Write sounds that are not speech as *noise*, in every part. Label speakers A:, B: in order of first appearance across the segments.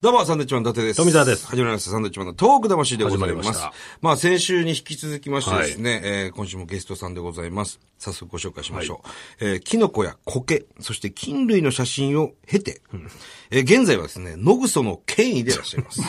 A: どうも、サンドウィッチマン伊達です。
B: 富澤です
A: 始まりました、サンドウィッチマンのトーク魂でございます。
B: 始まりました
A: まあ、先週に引き続きましてですね、えー今週もゲストさんでございます。早速ご紹介しましょう。えーキノコや苔、そして菌類の写真を経て、えー現在はですね、野グソの権威でいらっしゃい
B: *laughs*
A: ます。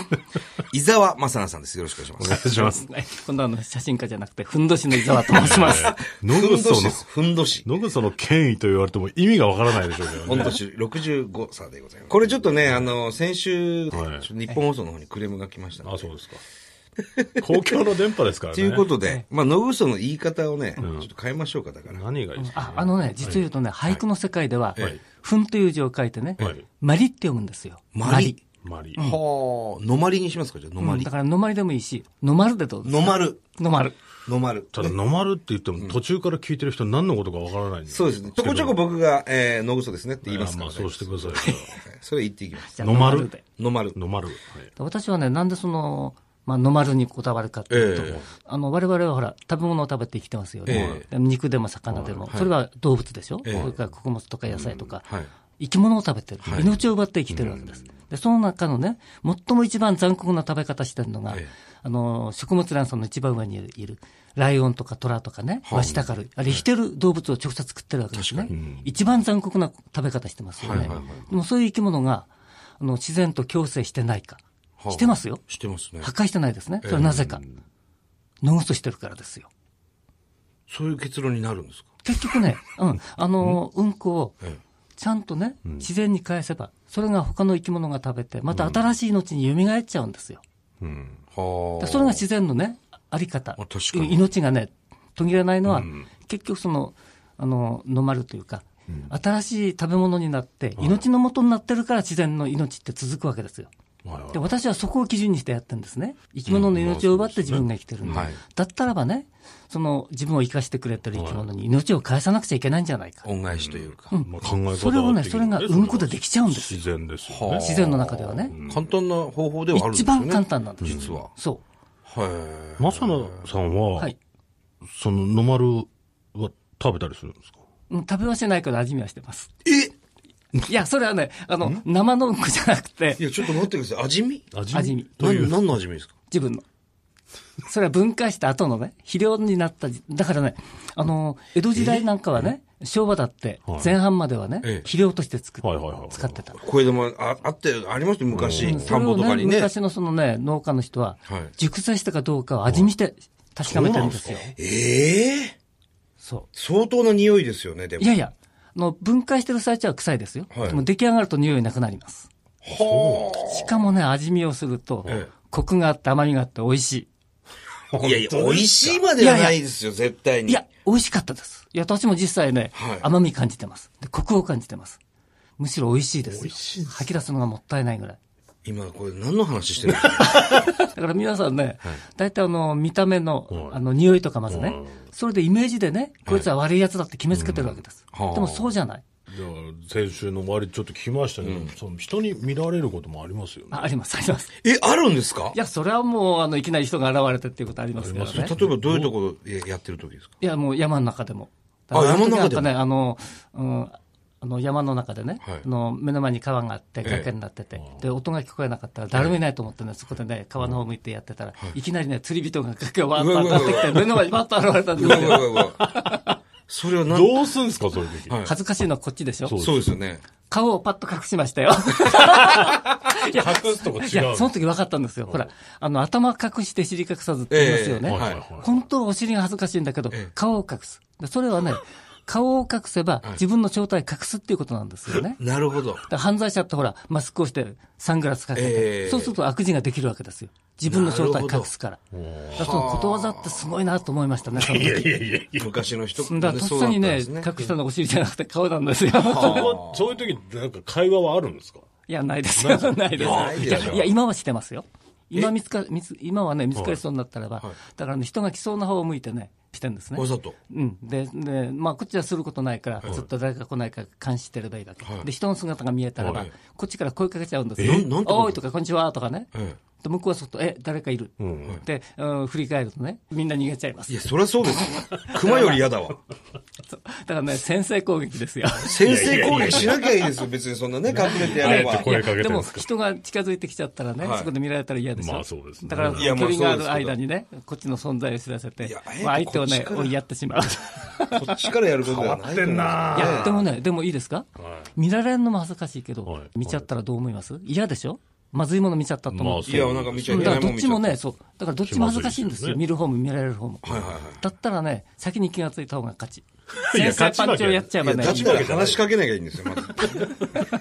A: 伊沢正奈さんです。よろしくお願いします。
B: 失礼します。
C: はい *laughs* 今度はあの写真家じゃなくて、ふんどしの伊沢と申します。
B: 野
A: ふんど
B: 草
A: しで
B: の、
A: す。ふんどし。
B: 野草の権威と言われても意味がわからないでしょうけど
A: 御
B: ね。
A: 年65歳でございます。これちょっとね、あの、先週、
B: はい
A: 日本放送の方にクレームが来ましたので
B: あ、そうですか。 *laughs* 公共の電波ですからね。
A: ということで、まあ、野草の言い方をね、ちょっと変えましょうか、だから。
B: 何がいいですか
C: *laughs* あ、あのね、実を言うとね、俳句の世界では
B: はい、
C: ふんという字を書いてね
B: はい、
C: まりって読むんですよ。
A: まり。
B: マリ。
A: はあ、のまりにしますか、じゃあ、の
C: ま
A: ま
C: りうん
A: り
C: だ。から、のまりでもいいし、のまるでどうです
A: のまる。
C: のまる。
A: のまる。
B: ただ、野丸って言っても途中から聞いてる人何のことかわからないん
A: そうですね。ちょこちょこ僕が、えー、野草ですねって言いますから、
B: あ
A: ね。
B: あまあ、そうしてくださいよ。
A: それ言っていきます。
C: じゃあ
B: のまる
C: で。
A: の *laughs* まる。
B: 野丸。はい
C: 私はね、なんでその、まあ、のまるにこだわるかっていうと、
A: ええ
C: あの、我々はほら、食べ物を食べて生きてますよね。
A: え
C: 肉でも魚でも、それは動物でしょ、
A: え
C: それから穀物とか野菜とか、
A: はい。
C: 生き物を食べてる、命を奪って生きてるわけです。で、その中のね、最も一番残酷な食べ方してるのが、
A: ええ
C: あの、食物連鎖の一番上にいるいる、ライオンとかトラとかね、ワシタカ類、あれ、生きてる動物を直接食ってるわけですね。一番残酷な食べ方してますよね。でもそういう生き物が、あの、自然と共生してないか。
A: あ
C: してますよ。
A: してますね。
C: 破壊してないですね。それはなぜか。ノンストしてるからですよ。
A: そういう結論になるんですか
C: 結局ね、うん、あの、うんこを
A: ええ、
C: ちゃんとね、自然に返せば、それが他の生き物が食べて、また新しい命に蘇っちゃうんですよ。
A: は
C: だからそれが自然のね、あり方
A: 確か。に
C: 命がね、途切れないのは、結局その、あの、飲まるというか、新しい食べ物になって、命の元になってるから自然の命って続くわけですよ。
B: はいはい
C: で私はそこを基準にしてやってるんですね。生き物の命を奪って自分が生きてるんだ。
A: はい
C: だったらばね、その自分を生かしてくれてる生き物に命を返さなくちゃいけないんじゃないか。
A: 恩返しというか。
B: まあ考え方は
C: それをね
B: 的に
C: それがうんこでできちゃうんです
B: 自然ですよ
A: はあ
B: ね。
C: 自然の中ではね。
A: 簡単な方法ではあるんです
C: 一
A: よね。
C: 番簡。単なんです。
A: 実は。
C: そ
A: は
B: マサナさん
C: う。
B: は、
C: はい。
B: その野丸は食べたりするんですか
C: うん食べはしないけど味見はしてます。
A: い。え
C: いや、それはね、あの、生のうんこじゃなくて
A: い、や、ちょっと待ってください。味見
B: 味
C: 味見
B: という
A: 何何の味見ですか
C: 自分の。それは分解した後のね、肥料になったじ、だからね、あの、江戸時代なんかはね、昭和だって
B: はい、
C: 前半まではね、
A: ええ
C: 肥料として作っ
B: はいはいはい
C: 使ってた。
A: これでもああって、ありましたよ昔、田んぼとかにね。
C: 昔のそのね、農家の人は
A: はい、
C: 熟成したかどうかを味見して確かめてるんですよ。
A: ええ
C: そ
A: 相当な匂いですよね、で
C: う。
A: も。
C: いやいや、あの、分解してる最中は臭いですよ。
A: はい
C: でも出来上がると匂いなくなります。
A: は
C: しかもね、味見をすると
A: ええ、
C: コクがあって甘みがあって美味し
A: あいやいや、美味しいまではないですよ、絶対
C: い。
A: に。
C: いや、美味しかったです。いや、私も実際ね
A: はい、
C: 甘み感じてます。で、コクを感じてます。むしろ美味しいですよ。吐き出すのがもったいないぐらい。
A: 今、これ何の話してるの
C: だから皆さんね、大体あの、見た目の
B: は、い
C: あの、匂いとかまずね、それでイメージでね、こいつは悪い奴だって決めつけてるわけです。
A: うんはあ
C: でもそうじゃない。
B: だから先週の終わりちょっと聞きましたけど、その人に見られることもありますよね。
C: ああります、あります。
A: *laughs* え、あるんですか
C: いや、それはもう、あの、いきなり人が現れてっていうことありますから
A: 例
C: ね。
A: えばどういうところややってる時ですか
C: いや、もう山の中でも。
A: あ山の中でも
C: なんかね、あの、うん、あの山の中でね、
A: はい
C: あの目の前に川があって、
A: ええ
C: 崖になってて、で、音が聞こえなかったら、誰もいないと思ってね、そこでね、川の方向いてやってたら、い、きなりね、釣り人が崖をわーっと上がってきて、目の前にバッと現れたん
A: う
C: です
A: わ
C: よ。
A: うわうわ。それは何
B: どうすんすか、そういう時。
A: はい
C: 恥ずかしいのはこっちでしょ
B: そう
A: そうですよね。
C: 顔をパッと隠し
A: *laughs*
C: ましたよ。いや
B: 隠すとこ違う
C: いや、その時分かったんですよ。ほら、あの、頭隠して尻隠さずって言いますよね。
A: ええはい
C: 本当はお尻が恥ずかしいんだけど、顔を隠す。でそれはね、顔を隠せば自分の正体隠すっていうことなんですよね。
A: なるほど。
C: だから犯罪者ってほら、マスクをして、サングラスかけて、
A: ええ
C: そうすると悪事ができるわけですよ。自分の正体隠すから。だからそのことわざってすごいなと思いましたね、その時。
A: 昔の人
C: だからとっさにね、隠したのはお尻じゃなくて顔なんですよ。
B: そうそういう時ってなんか会話はあるんですか
C: いや、ないですよ。ないです。
A: ない
C: い
A: で
C: や
A: しょ
C: いや、今はしてますよ。今見つか、見つ、今はね、見つかりそうになったらば、だからね、人が来そうな方を向いてね、してんですね
A: わ。ざと。
C: うん。で、で、まあ、こっちはすることないから、ずっと誰か来ないか監視してればいいわけ。で、人の姿が見えたらば、
A: はい
C: こっちから声かけちゃうんです
A: え
C: よ
A: なんて。こと
C: おーいとか、こんにちはとかね。
A: ええ
C: で向こうはそっと、え、誰かいる。で、うん振り返るとね、みんな逃げちゃいます。
A: いや、そりゃそうですよ。熊より嫌だわ。
C: そう *laughs* だからね、先制攻撃ですよ。
A: 先制攻撃しなきゃいいですよ。別にそんなね、隠れてやれば。
B: あえて声かけて
C: で
B: るん
C: も
B: ですか
C: 人が近づいてきちゃったらね、
A: はい
C: そこで見られたら嫌でしょ、
B: まあそうですね
C: だから
A: い
C: 距
A: やまあ
C: 離がある間にね、こっちの存在を知らせて
A: いや、
C: まあ、
A: ええ
C: 相手を
A: こっ
C: ね
A: ち、から
C: 追いやってしまう。
A: こっちからやることではないと思うんですよ。
C: いや、でもね、でもいいですか、
B: は
C: 見られるのも恥ずかしいけど、
B: はい
C: 見ちゃったらどう思います嫌でしょまずいもの見ちゃったと思う。
B: まあそう
A: いや、なんか見ちゃ
C: う
A: い
C: ん
A: け
C: だか
A: ないも
C: らど
A: ん
C: っ
A: 見
C: ち
A: ちゃ
C: も
A: う。
C: ね、そう。だからどっちも恥ずかしいんです
B: 気まずいで
C: よ。
B: すよね
C: 見る方も見られる方も、
A: はいはいはい
C: だったらね、先に気がついた方が勝ち。
B: いや
C: 先制パンチをやっちゃえ
A: い
C: ば
A: や、
C: ね、
A: だったら話しかけなきゃいいんですよ、ま
C: *laughs*
A: ず。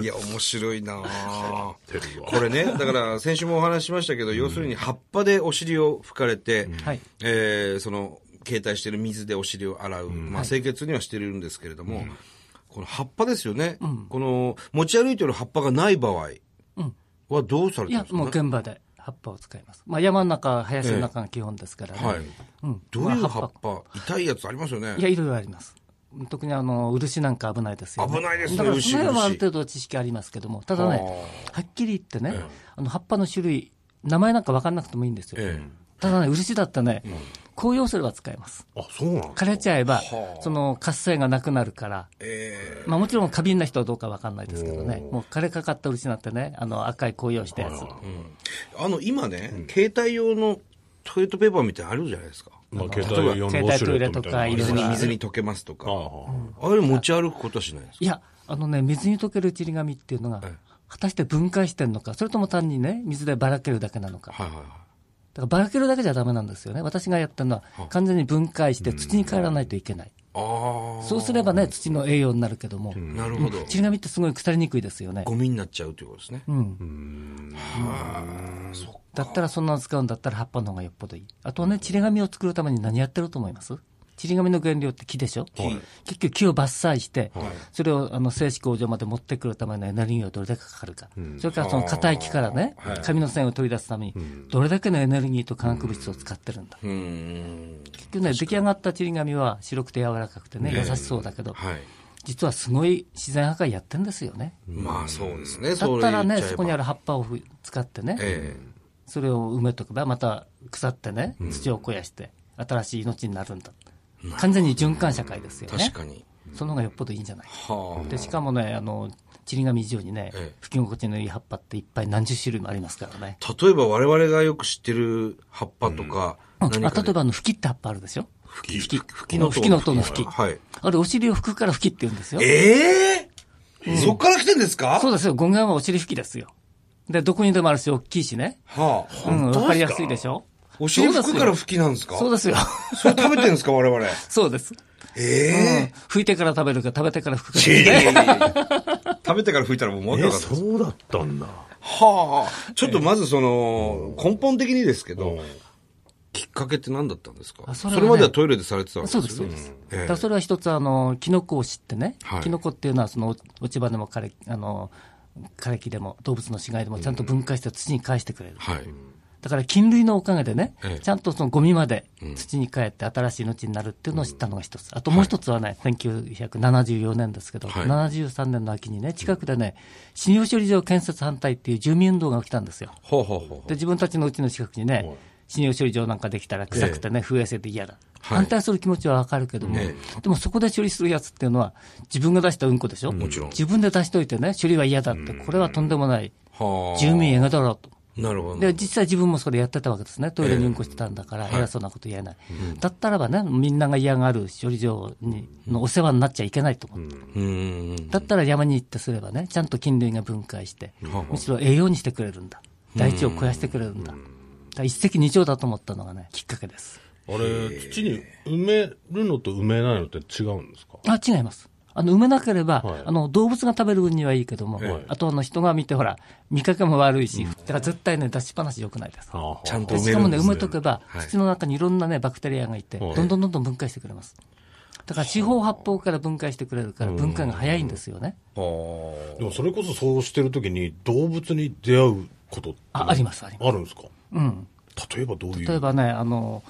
A: いや、面白いなぁ。
B: てるわ
A: これね、だから先週もお話ししましたけど、要するに葉っぱでお尻を拭かれて、
C: はい
A: えーその、携帯してる水でお尻を洗う。まあ清潔にはしてるんですけれども、この葉っぱですよね、この、持ち歩いてる葉っぱがない場合はどうされ
C: い
A: てるん
C: や
A: ですか、ね
C: もう現場で葉っぱを使います、まあ、山の中林の中が基本ですからね、
A: はい。
C: うん
A: どういう葉っ
C: ま
A: ぱ、痛いやつありますよね
C: あいやいろいろあります特にあの漆なんか危ないですよ、
A: 危ないですね
C: だから
A: 漆
C: その辺はある
A: 漆
C: 程度知識ありますけどもただね
A: は
C: はっきり言ってね、あの葉っぱの種類名前なんか分かんなくてもいいんですよ、
A: え
C: ただね漆だってね、紅葉すれば使えます
B: あ、そうなん
C: 枯れちゃえば
A: はあ
C: その活性がなくなるから
A: えー
C: まあ、もちろん過敏な人はどうか分かんないですけどね、もう枯れかかった漆なんてね、あの赤い紅葉したやつ、
A: あの、今ね、携帯用のトイレットペーパーみたいなのあるじゃないですか。
B: まあ、携帯用のウォシュレットみたいなのあります
A: 水
C: 携帯トイレと
A: に、
C: かうん
A: 水に溶けますとか。
B: ああ
A: あ
B: ああ
A: れ持ち歩くことはしないですか
C: いや、あのね、水に溶けるちり紙っていうのが、果たして分解してるのか、それとも単にね、水でばらけるだけなのか。だ
A: はいはいはい。
C: からばらけるだけじゃダメなんですよね。私がやったのは、完全に分解して土に帰らないといけない。
A: ああ。
C: そうすればね、土の栄養になるけども、
A: なるほど。
C: ちり紙ってすごい腐りにくいですよね。
A: ゴミになっちゃうということですね。
C: だったらそんなの使うんだったら葉っぱの方がよっぽどいい。あとはね、ちり紙を作るために何やってると思いますちり紙の原料って木でしょ、結局木を伐採して、それをあの製紙工場まで持ってくるためのエネルギーがどれだけかかるか。それからその硬い木からね、紙の線を取り出すために、どれだけのエネルギーと化学物質を使ってるんだ。
A: うーん。
C: 結局ね、出来上がったちり紙は白くて柔らかくてね、優しそうだけど、
A: はい。
C: 実はすごい自然破壊やってんですよね。
A: まあそうですね。
C: だったらね、
A: れ言っちゃえば
C: そこにある葉っぱをふ使ってね、
A: え
C: それを埋めとけば、また腐ってね、土を肥やして、新しい命になるんだ。完全に循環社会ですよ
A: え
C: ね
A: 確。かに。
C: その方がよっぽどいいんじゃないか
A: は
C: で、しかもね、あの、ちり紙以上にね
A: ええ、
C: 吹き心地のいい葉っぱっていっぱい何十種類もありますからね。
A: あ。例えば我々がよく知ってる葉っぱとか、
C: あ、
A: 何か
C: 例
A: で
C: えばあの、吹きって葉っぱあるでしょ
A: 吹き、吹
C: きの
A: 音
C: 吹きの音の吹き
A: はい。
C: あれ、お尻を拭くから吹きって言うんですよ。
A: ええそっから来てんですか
C: そうですよ、語源はお尻拭きですよ。で、どこにでもあるし、大きいしね。
A: は
C: う
A: あ。
C: ん、わかりやすいでしょ
A: お尻拭くから
C: き
A: 吹きなんですか
C: そうですよ。 *laughs*
A: それ食べてるんですか我々。
C: そうです。うん
A: ええ
C: 拭いてから食べるか、食べてから拭くか。
A: 食べてから拭いたらもうわけ
B: え、
A: わかんない。
B: そうだったんだ。
A: はあ。ちょっとまずその、根本的にですけど、きっかけって何だったんですか
C: あ
A: そ
C: そ
A: れ,、
C: れはね
A: まではトイレでされてたわけ
C: そうで、
A: ですす
C: そ
A: よ
C: う
A: ね。
C: です。
A: ええ
C: だからそれは一つ、あの、キノコを知ってね、
A: はい
C: キノコっていうのは、その、落ち葉でも枯れ、あの、枯れ木でも動物の死骸でもちゃんと分解して土に返してくれる。
A: はい。
C: だから菌類のおかげでね
A: ええ、
C: ちゃんとそのゴミまで土に帰って新しい命になるっていうのを知ったのが一つ。あともう一つはね、1974年ですけど、
A: はい
C: 73年の秋にね、近くでね、信用処理場建設反対っていう住民運動が起きたんですよ。
A: ほうほうほう
C: で、自分たちのうちの近くにね、信用処理場なんかできたら臭くてね、不衛生で嫌だ。
A: はい
C: 反対する気持ちはわかるけども、
A: え
C: でもそこで処理するやつっていうのは、自分が出したうんこでしょも
A: ちろん
C: 自分で出しといてね、処理は嫌だって、これはとんでもない。
A: ほう。はあ。
C: 住民映画だろうと。
A: なるほど。
C: で、実際自分もそれやってたわけですね。トイレにうんこしてたんだから、偉そうなこと言えない。だったらばね、みんなが嫌がる処理場に、のお世話になっちゃいけないと思って。
A: うーん。
C: だったら山に行ってすればね、ちゃんと菌類が分解して、
A: はあ
C: むしろ栄養にしてくれるんだ。大地を肥やしてくれるんだ。だから一石二鳥だと思ったのがね、きっかけです。
B: あれ、土に埋めるのと埋めないのって違うんですか
C: あ、違います。あの、埋めなければ、
B: はい
C: あの、動物が食べる分にはいいけども、
B: はい
C: あとあの、人が見てほら、見かけも悪いし、だから絶対ね、出しっぱなし良くないです。
B: ああ
A: ちゃんと
C: で
A: 埋め
C: し
A: る
C: か
A: ん
C: も
A: で
C: ね、
A: す
C: 埋めとけば、
A: はい
C: 土の中にいろんなね、バクテリアがいて、
B: はい
C: どんどんどんどん分解してくれます。だから、四方八方から分解してくれるから、分解が早いんですよね。
A: は
B: でもそれこそそうしてるときに動物に出会うことって
C: あ、あります、あります。
B: あるんですか
C: うん。
B: 例えばどういう
C: 例えばね、あの、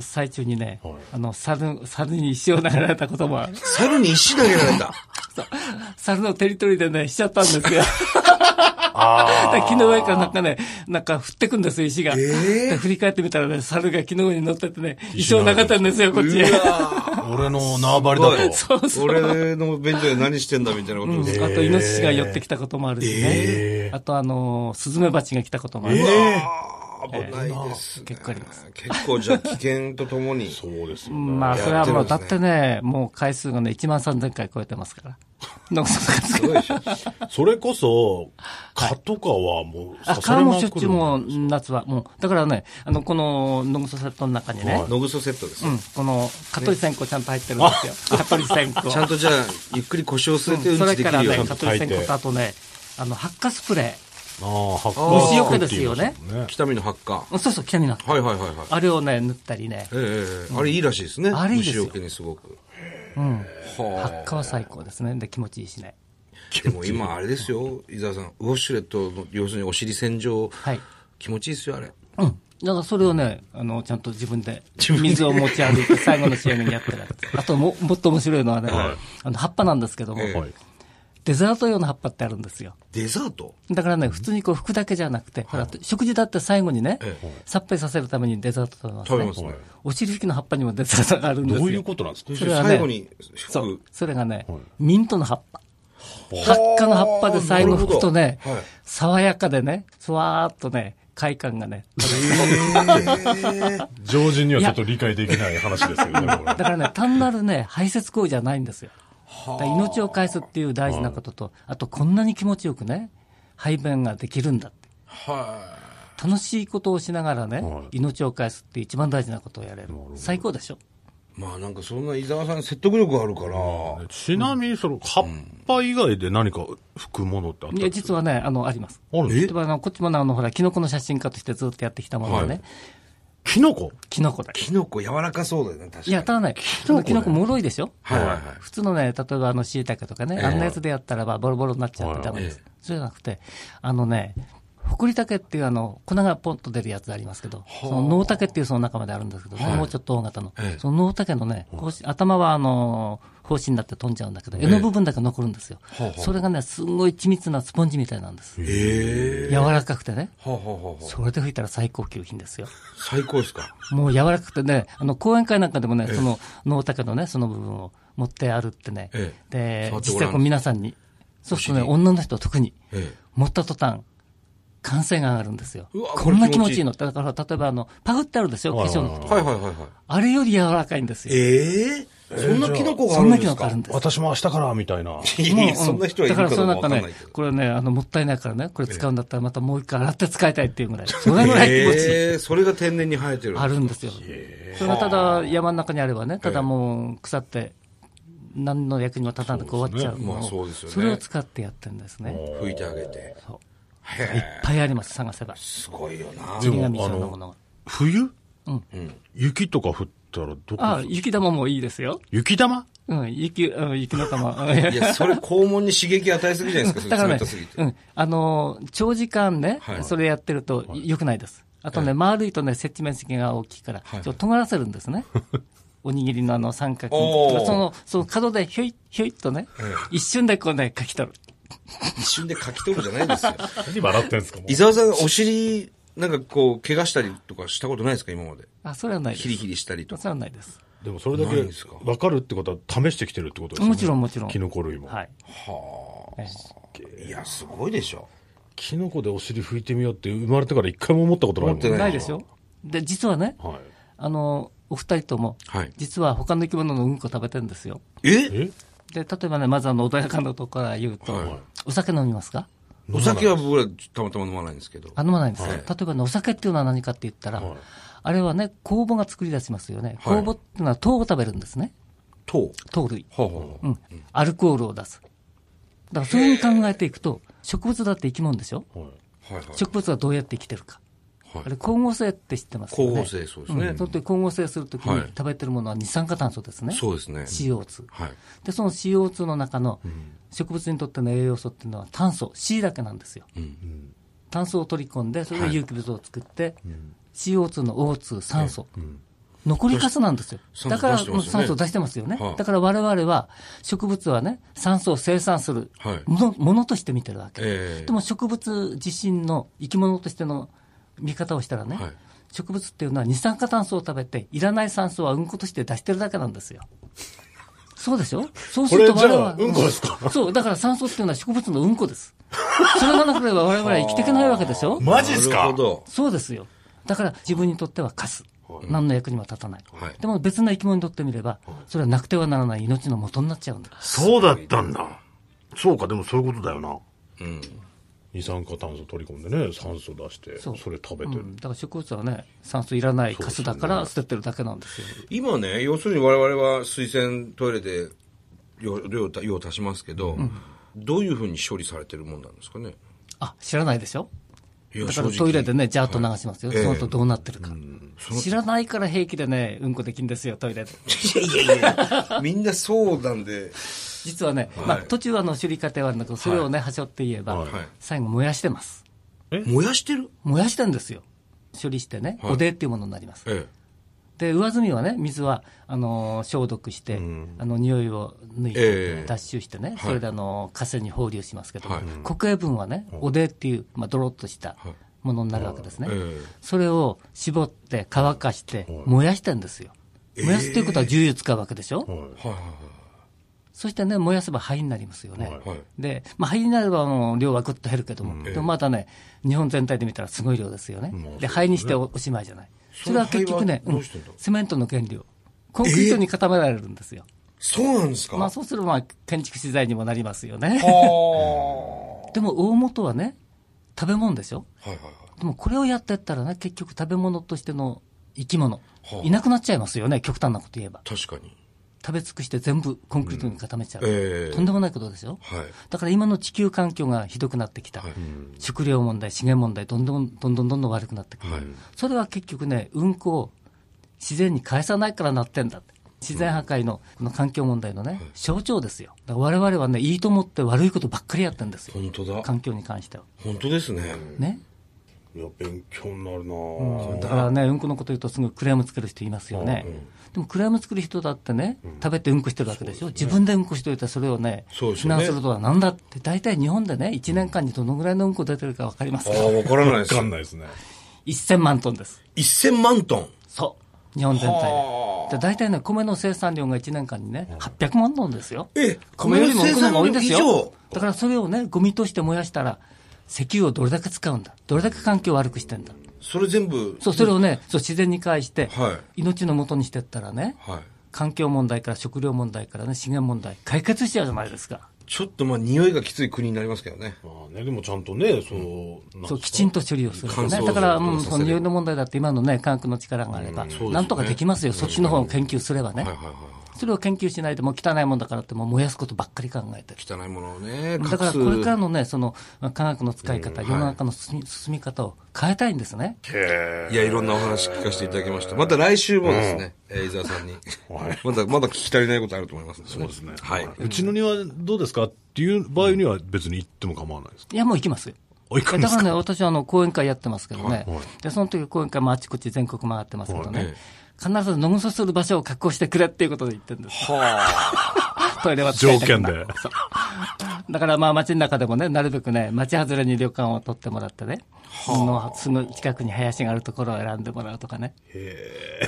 C: 最中にね、
B: はい
C: あの、猿、猿に石を投げられたこともある、
A: あ。猿に石投げられた。 *laughs*
C: そう猿のテリトリーでね、しちゃったんですよ。
B: あ
C: た *laughs* 木の上からなんかね、なんか降ってくんですよ、石が。
A: ええ
C: で振り返ってみたらね、猿が木の上に乗っててね、一生なかったんですよ、こっちへ。 *laughs*
B: 俺の縄張りだと。
C: そうそう。
A: 俺の便所で何してんだみたいなことですね。
C: あと、イノシシが寄ってきたこともあるし
B: え
C: ね。あと、あのー、スズメバチが来たこともあるし。
A: あ危ないですね。
C: 結構あります
A: 結構じゃあ危険とともに。
B: そうですよね。
C: まあ、それはも
A: やってるん
C: う、
A: です
C: だ
A: ね
C: ってね、もう回数がね、1万3000回超えてますから。野草が
A: すご
C: *laughs*
A: いでしょ。
B: それこそ、蚊とかはもう
C: あ、
B: 刺さ
C: 川
B: れま
C: も
B: く
C: しょ
B: る
C: っちゅうもう、夏は。もう、だからね、あの、この、野草セットの中にね、
A: ノグソセットです
C: う。ん、この、蚊取り線香ちゃんと入ってるんですよ。蚊取り
A: *laughs*
C: 線香。
A: ちゃんとじゃあ、ゆっくり腰を据えて
C: う
A: うんん
C: そ
A: ち
C: れ
A: でき
C: から
A: るよう
C: ね、
A: に
C: 蚊。取り線香とあとね、あの、発火スプレ
B: ああ、発
C: ー。
B: 酵
C: 虫よけですよね。
A: 北見のハッカー。
C: そうそう、北見の。
A: はいはいはいはい。
C: あれをね、塗ったりね。
A: ええええあれいいらしいですね。
C: あれいいですよ
A: 虫除けにすごく。
C: うん。
A: は
C: 発火は最高ですね。で、気持ちいいしね。
A: あ。でも今あれですよ、伊沢さん。ウォッシュレットの、要するにお尻洗浄。
C: はい
A: 気持ちいいですよ、あれ。
C: うん。だからそれをね、あの、ちゃんと自分で、水を持ち歩いて、最後の仕上げにやってるわけです。あとも、もっと面白いのはね、あの、葉っぱなんですけども、
A: ええ
B: はい。
C: デザート用の葉っぱってあるんですよ。
A: デザート
C: だからね、普通にこう、服だけじゃなくて、ほら、食事だって最後にね
A: ええ、
C: さっぱりさせるためにデザート食べますね。
A: 食べますね。
C: お尻拭きの葉っぱにもデザートがあるんです
B: ど
C: よ。
B: ういうことなんですか
C: それはね
A: 最後に
C: そ
A: 服
C: う。それがね、ミントの葉っぱ。発火の葉っぱで最後吹くとね
A: なるほどはい、
C: 爽やかでね、ふわーっとね、快感がね。
B: 常人にはちょっと理解できない話ですよね、これ
C: だからね、単なるね、排泄行為じゃないんですよ。だから命を返すっていう大事なことと、あとこんなに気持ちよくね、排便ができるんだって。 *laughs*
A: は
C: 楽しいことをしながらね、
B: は
C: 命を返すって一番大事なことをやれる。最高でしょ。
A: い。まあなんかそんな伊沢さん説得力あるから。
B: ちなみに、その、葉っぱ以外で何か拭くものってあった
C: い
B: ん
C: や、
B: ですか
C: 実はね、あの、あります。
B: あるんです
C: 例えばあのこっちもねあの、ほら、キノコの写真家としてずっとやってきたものでね、
B: キノコ
C: キノコだ。
A: キノコ柔らかそうだよね、確かに。
C: いや、ただね、キノコ,、もろいでしょ
A: はいはいはい。
C: 普通のね、例えばあの、椎茸とかね、あんなやつでやったらばボロボロになっちゃってダメです。そうじゃなくて、あのね、ホクリタケっていうあの、粉がポンと出るやつありますけど、そのノウタケっていうその中まであるんですけどね、もうちょっと大型の。そのノウタケのね、こうし頭はあの、胞子になって飛んじゃうんだけど、柄の部分だけ残るんですよ。それがね、すんごい緻密なスポンジみたいなんです。
A: ええ
C: 柔らかくてね。
A: はあ、はあはあはあ、
C: それで吹いたら最高級品ですよ。
A: 最高ですか。
C: もう柔らかくてね、あの講演会なんかでもね、その脳高のね、その部分を持ってあるってね、
A: え
C: で
A: 触ってご
C: 実
A: らん
C: 際こう皆さんに、そうするとね、
A: お尻
C: 女の人は特に、
A: *laughs* ええ
C: 持った途端歓声が上がるんですよ。
A: うわ
C: こんな
A: これ気
C: 気
A: 持
C: 持
A: ちいい
C: ちいいのって、だから例えばあのパフってあるでしょ、化
B: はいはい
C: 粧
B: はい
C: の時
A: はいはいはいはい。
C: あれより柔らかいんですよ。
A: ええそんなキノコがあ
C: そ
A: る
C: ん
A: ん
C: な
A: で
C: 機
A: す
C: 能が
A: か
C: あるんです。
B: 私も明日から、みたいな。
A: いやいやそんな人はいる
C: だか
A: からど
C: そうう
A: かわ
C: なん
A: か
C: か
A: んない
C: ね
A: けど、。
C: これね、あの、もったいないからね、これ使うんだったらまたもう一回洗って使いたいっていうぐらい。それぐらい気持ちいい。
A: ええそれが天然に生えてる。
C: あるんですよ。それがただ山の中にあればね、ただもう腐って、何の役にも立たなく終わっちゃう
A: ま
C: の
A: あそう
C: を
A: ですよね
C: それを使ってやってるんですね。
A: 拭いてあげて。
C: そう
A: へ
C: いっ
A: え
C: ぱいあります、探せば。
A: すごいよな。
B: で
C: 死神
B: も、あ
C: さんのもの
B: の
C: が、。
B: 冬雪とか降ったらどこ
C: あ、雪玉もいいですよ。
B: 雪玉
C: うん、雪、うん雪の
A: *laughs*
C: 玉。うん
A: いや、それ肛門に刺激与えすぎじゃないですか、
C: *laughs* だ
A: そ
C: か
A: れ冷
C: らね
A: たすぎ、て。
C: うん、あのー長時間ね、
A: はい
C: それやってると良くないです。あとね、丸いとね、接地面積が大きいから、ちょっと尖らせるんで
A: *laughs*
C: すね。おにぎりのあの三角
A: おー
C: その、その角でひょい、ひょいっとね、一瞬でこうね、書き取る。
A: 一瞬でかき取るじゃないですよ。
B: 何笑ってんですか
A: 伊沢さん、お尻、なんかこう、怪我したりとかしたことないですか、今まで。
C: あ、それはないです。
A: ヒリヒリしたりとか。
C: それはないです。
B: でもそれだ
A: な
B: け
A: いんですか
B: 分かるってことは試してきてるってことですよね。
C: もちろんもちろん
B: キノコ類も。
C: はい。え
A: いや、すごいでしょ。
B: キノコでお尻拭いてみようって生まれてから一回も思ったことないもん
A: 思
C: え
A: って
C: ないでしょで、実はね、
B: はい。
C: あのーお二人とも、
A: はい
C: 実は他の生き物のうんこ食べてるんですよ。
A: え
B: え
C: で、例えばね、まずあの、穏やかなとこから言うと、
A: はい
C: お酒飲みますか
A: お酒は僕らたまたま飲まないんですけど。
C: あ飲まないんですよ、例えばね、お酒っていうのは何かって言ったら、あれはね、酵母が作り出しますよね。
A: はい
C: 酵母っていうのは糖を食べるんですね。
A: 糖。
C: 糖類。
A: はあは
C: うん。アルコールを出す。だからそういうふうに考えていくと、植物だって生き物でしょ
B: はい。
A: あ。はいはい。
C: 植物はどうやって生きてるか。
A: はい
C: あれ、光合成って知ってますよ
A: 光
C: ね。
A: 合成、そうですね
C: ん。その時光合成するときに
A: はい
C: 食べてるものは二酸化炭素ですね。
A: そうですね。
C: CO2。
A: はい。
C: で、その CO2 の中の植物にとっての栄養素っていうのは炭素、C だけなんですよ。炭素を取り込んで、それで有機物を作って、CO2 の O2、酸素、残りかすなんですよ。
A: 酸素
C: だから
A: 出してますよね
C: 酸素を出してますよね。
A: はい
C: だから我々は植物はね、酸素を生産する
A: はい
C: もの,、ものとして見てるわけ。
A: ええ
C: でも植物自身の生き物としての見方をしたらね、
A: はい
C: 植物っていうのは二酸化炭素を食べて、いらない酸素はうんことして出してるだけなんですよ。そうでしょそうすると
B: これ
C: 我
B: じゃあ
C: 々は。
B: うんこですか
C: *laughs* そう、だから酸素っていうのは植物のうんこです。それがなければ我々は生きていけないわけでしょ
B: マジっす
A: なる
B: か
A: ほど。
C: そうですよ。だから自分にとってはカス。何の役にも立たない。
A: はい
C: でも別の生き物にとってみれば、それはなくてはならない命の元になっちゃうんだ。
D: そうだったんだ。そうか、でもそういうことだよな。
B: 二酸化炭素取り込んでね、酸素出して、
C: そ
B: そうれ食べ
C: う
B: てる。
C: ん、だから植物はね、酸素いらないカスだから捨ててるだけなんですよ。
A: 今ね、要するに我々は水洗トイレで量量た量を足しますけど、どういうふうに処理されてるもんなんですかね。
C: あ、知らないでしょ
A: いや
C: だから
A: 正直
C: トイレでね、ジャーッと流しますよ。
A: はい
C: その後どうなってるか。
A: の
C: 知らないから平気でね、うんこできんですよ、ト
A: *laughs*
C: イレで。
A: いやいや、みんなそうなんで。
C: 実はね、まあ途中はあの処理過程はあるんだけど、それをね、端折って言えば
A: い、
C: 最後燃やしてます。
A: 燃やしてる
C: 燃やしてんですよ。処理してね、
A: い
C: おでっていうものになります。
A: え
C: で上澄みはね水はあのー消毒して、あの匂いを抜いて、
A: ええ
C: 脱臭してね、それであのー河川に放流しますけど、
A: はい
C: 国営分はねおでっていう、まあ、ドロッとしたものになるわけですね、
A: ええ
C: それを絞って乾かして燃やしてんですよ燃やすということは重油使うわけでしょ、
A: え。はいは
C: そしてね燃やせば灰になりますよね、
A: いはい。
C: で、まあ、灰になればもう量はぐっと減るけども、でもまたね、日本全体で見たらすごい量ですよね。で、灰にしておおしまいじゃない。それは結局ね、
A: その灰はど
C: うん
A: うしてんだ
C: セメントの原料、コンクリートに固められるんですよ。
A: そうなんですか
C: まあ、
A: は
C: そうすればまあ建築資材にもなりますよね。
A: あ。
C: *laughs* でも、大元はね、食べ物でしょ。
A: はいはいはい。
C: でも、これをやってったらね、結局食べ物としての生き物、いなくなっちゃいますよね、極端なこと言えば。
A: 確かに。
C: 食べ尽くして全部コンクリートに固めちゃう。
A: うんええ
C: とんでもないことですよ。
A: はい。
C: だから今の地球環境がひどくなってきた、食料問題、資源問題、どんどんどんどんどんどん悪くなってくる、それは結局ね、運行を自然に返さないからなってんだって、自然破壊のこの環境問題のね、象徴ですよ、だから我々はね、いいと思って悪いことばっかりやってんですよ、
A: 本当だ。
C: 環境に関しては。
A: 本当ですね。
C: ね、
B: いや、勉強になるな
C: だからね、うんこのこと言うと、すぐクレームつける人いますよね。でもクレーム作る人だってね、食べてうんこしてるわけでしょ、自分でうんこしておいて、それをね、
A: そうです
C: 避
A: よね
C: 難するとはなんだって、大体日本でね、1年間にどのぐらいのうんこ出てるか分かります
A: あ
C: か、
A: あ、わからないで
B: わ
A: す
B: か。んないですね。
C: 1000万トンです、
A: 1000万トン。
C: そう、日本全体で。で大体ね、米の生産量が1年間にね、800万トンですよ、
A: え
C: 米よりも
A: 米の生
C: 運
A: 産
C: のが多いんです
A: 以上
C: よ、だからそれをね、ゴミとして燃やしたら、石油をどれだけ使うんだ、どれだけ環境を悪くしてんだ。
A: それ全部。
C: そう、それをね、そう自然に返して、
A: は
C: 命のもとにしてったらね、
A: はい。
C: 環境問題から食料問題からね、資源問題、解決しちゃうじゃないですか。
A: ちょっとまあ、匂いがきつい国になりますけどね。
B: まあね、でもちゃんとね、その、な
C: そ
B: ん
C: う、
B: か
C: きちんと処理をすると
A: 乾燥す
C: ね。
A: る
C: だから、
A: 乾燥
C: うん、
A: させる
C: その匂いの問題だって今のね、科学の力があれば、
A: よね
C: なんとかできますよ。そっちの方を研究すればね。
A: はいはいはい。
C: それを研究しないでもう汚いもんだからってもう燃やすことばっかり考えてる。
A: 汚いものをね、隠す。
C: だからこれからのね、その科学の使い方、世の中の進み進み方を変えたいんですね。
A: いや、いろんなお話聞かせていただきました。また来週もですね、えー伊沢さんに。まだ、まだ聞き足りないことあると思いますそうですね。はい。
B: うちの庭どうですかっていう場合には別に行っても構わないですか
C: いや、もう行きますよ。
B: おいくらで
C: だ
B: す
C: か
B: から
C: ね、私はあの講演会やってますけどね、でその時講演会もあちこち全国回ってますけどね、必ず野ぐそする場所を確保してくれっていうことで言ってるんです。トイレは使
B: 条
C: いたく
B: 件
C: ない
B: で。
C: だからまあ街の中でもね、なるべくね、街外れに旅館を取ってもらってね、そのすぐ近くに林があるところを選んでもらうとかね、
A: *laughs*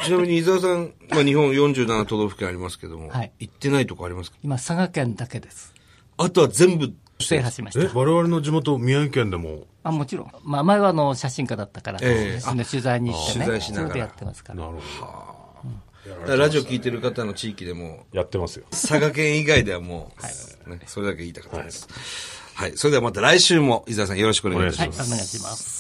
A: ちなみに伊沢さん、まあ、日本47都道府県ありますけども、
C: はい
A: 行ってないとこありますか
C: 今、佐賀県だけです。
A: あとは全部、
C: 制覇しまし
B: え
C: た。
B: 我々の地元、宮城県でも。
C: あもちろん。まあ前はあの写真家だったから、
A: ええ
C: 写真の取材に行って
A: 取
C: ね、
A: 材し
C: そ
A: なが
C: れ
A: ら
C: でやってますから。
B: なるほ
A: だからラジオ聞いてる方の地域でも、
B: ど。やってますよ。
A: 佐賀県以外ではもう、ね、それだけ言いたかったです。はい。それではまた来週も伊沢さんよろしくお願いいたします。
C: はい、お願いします。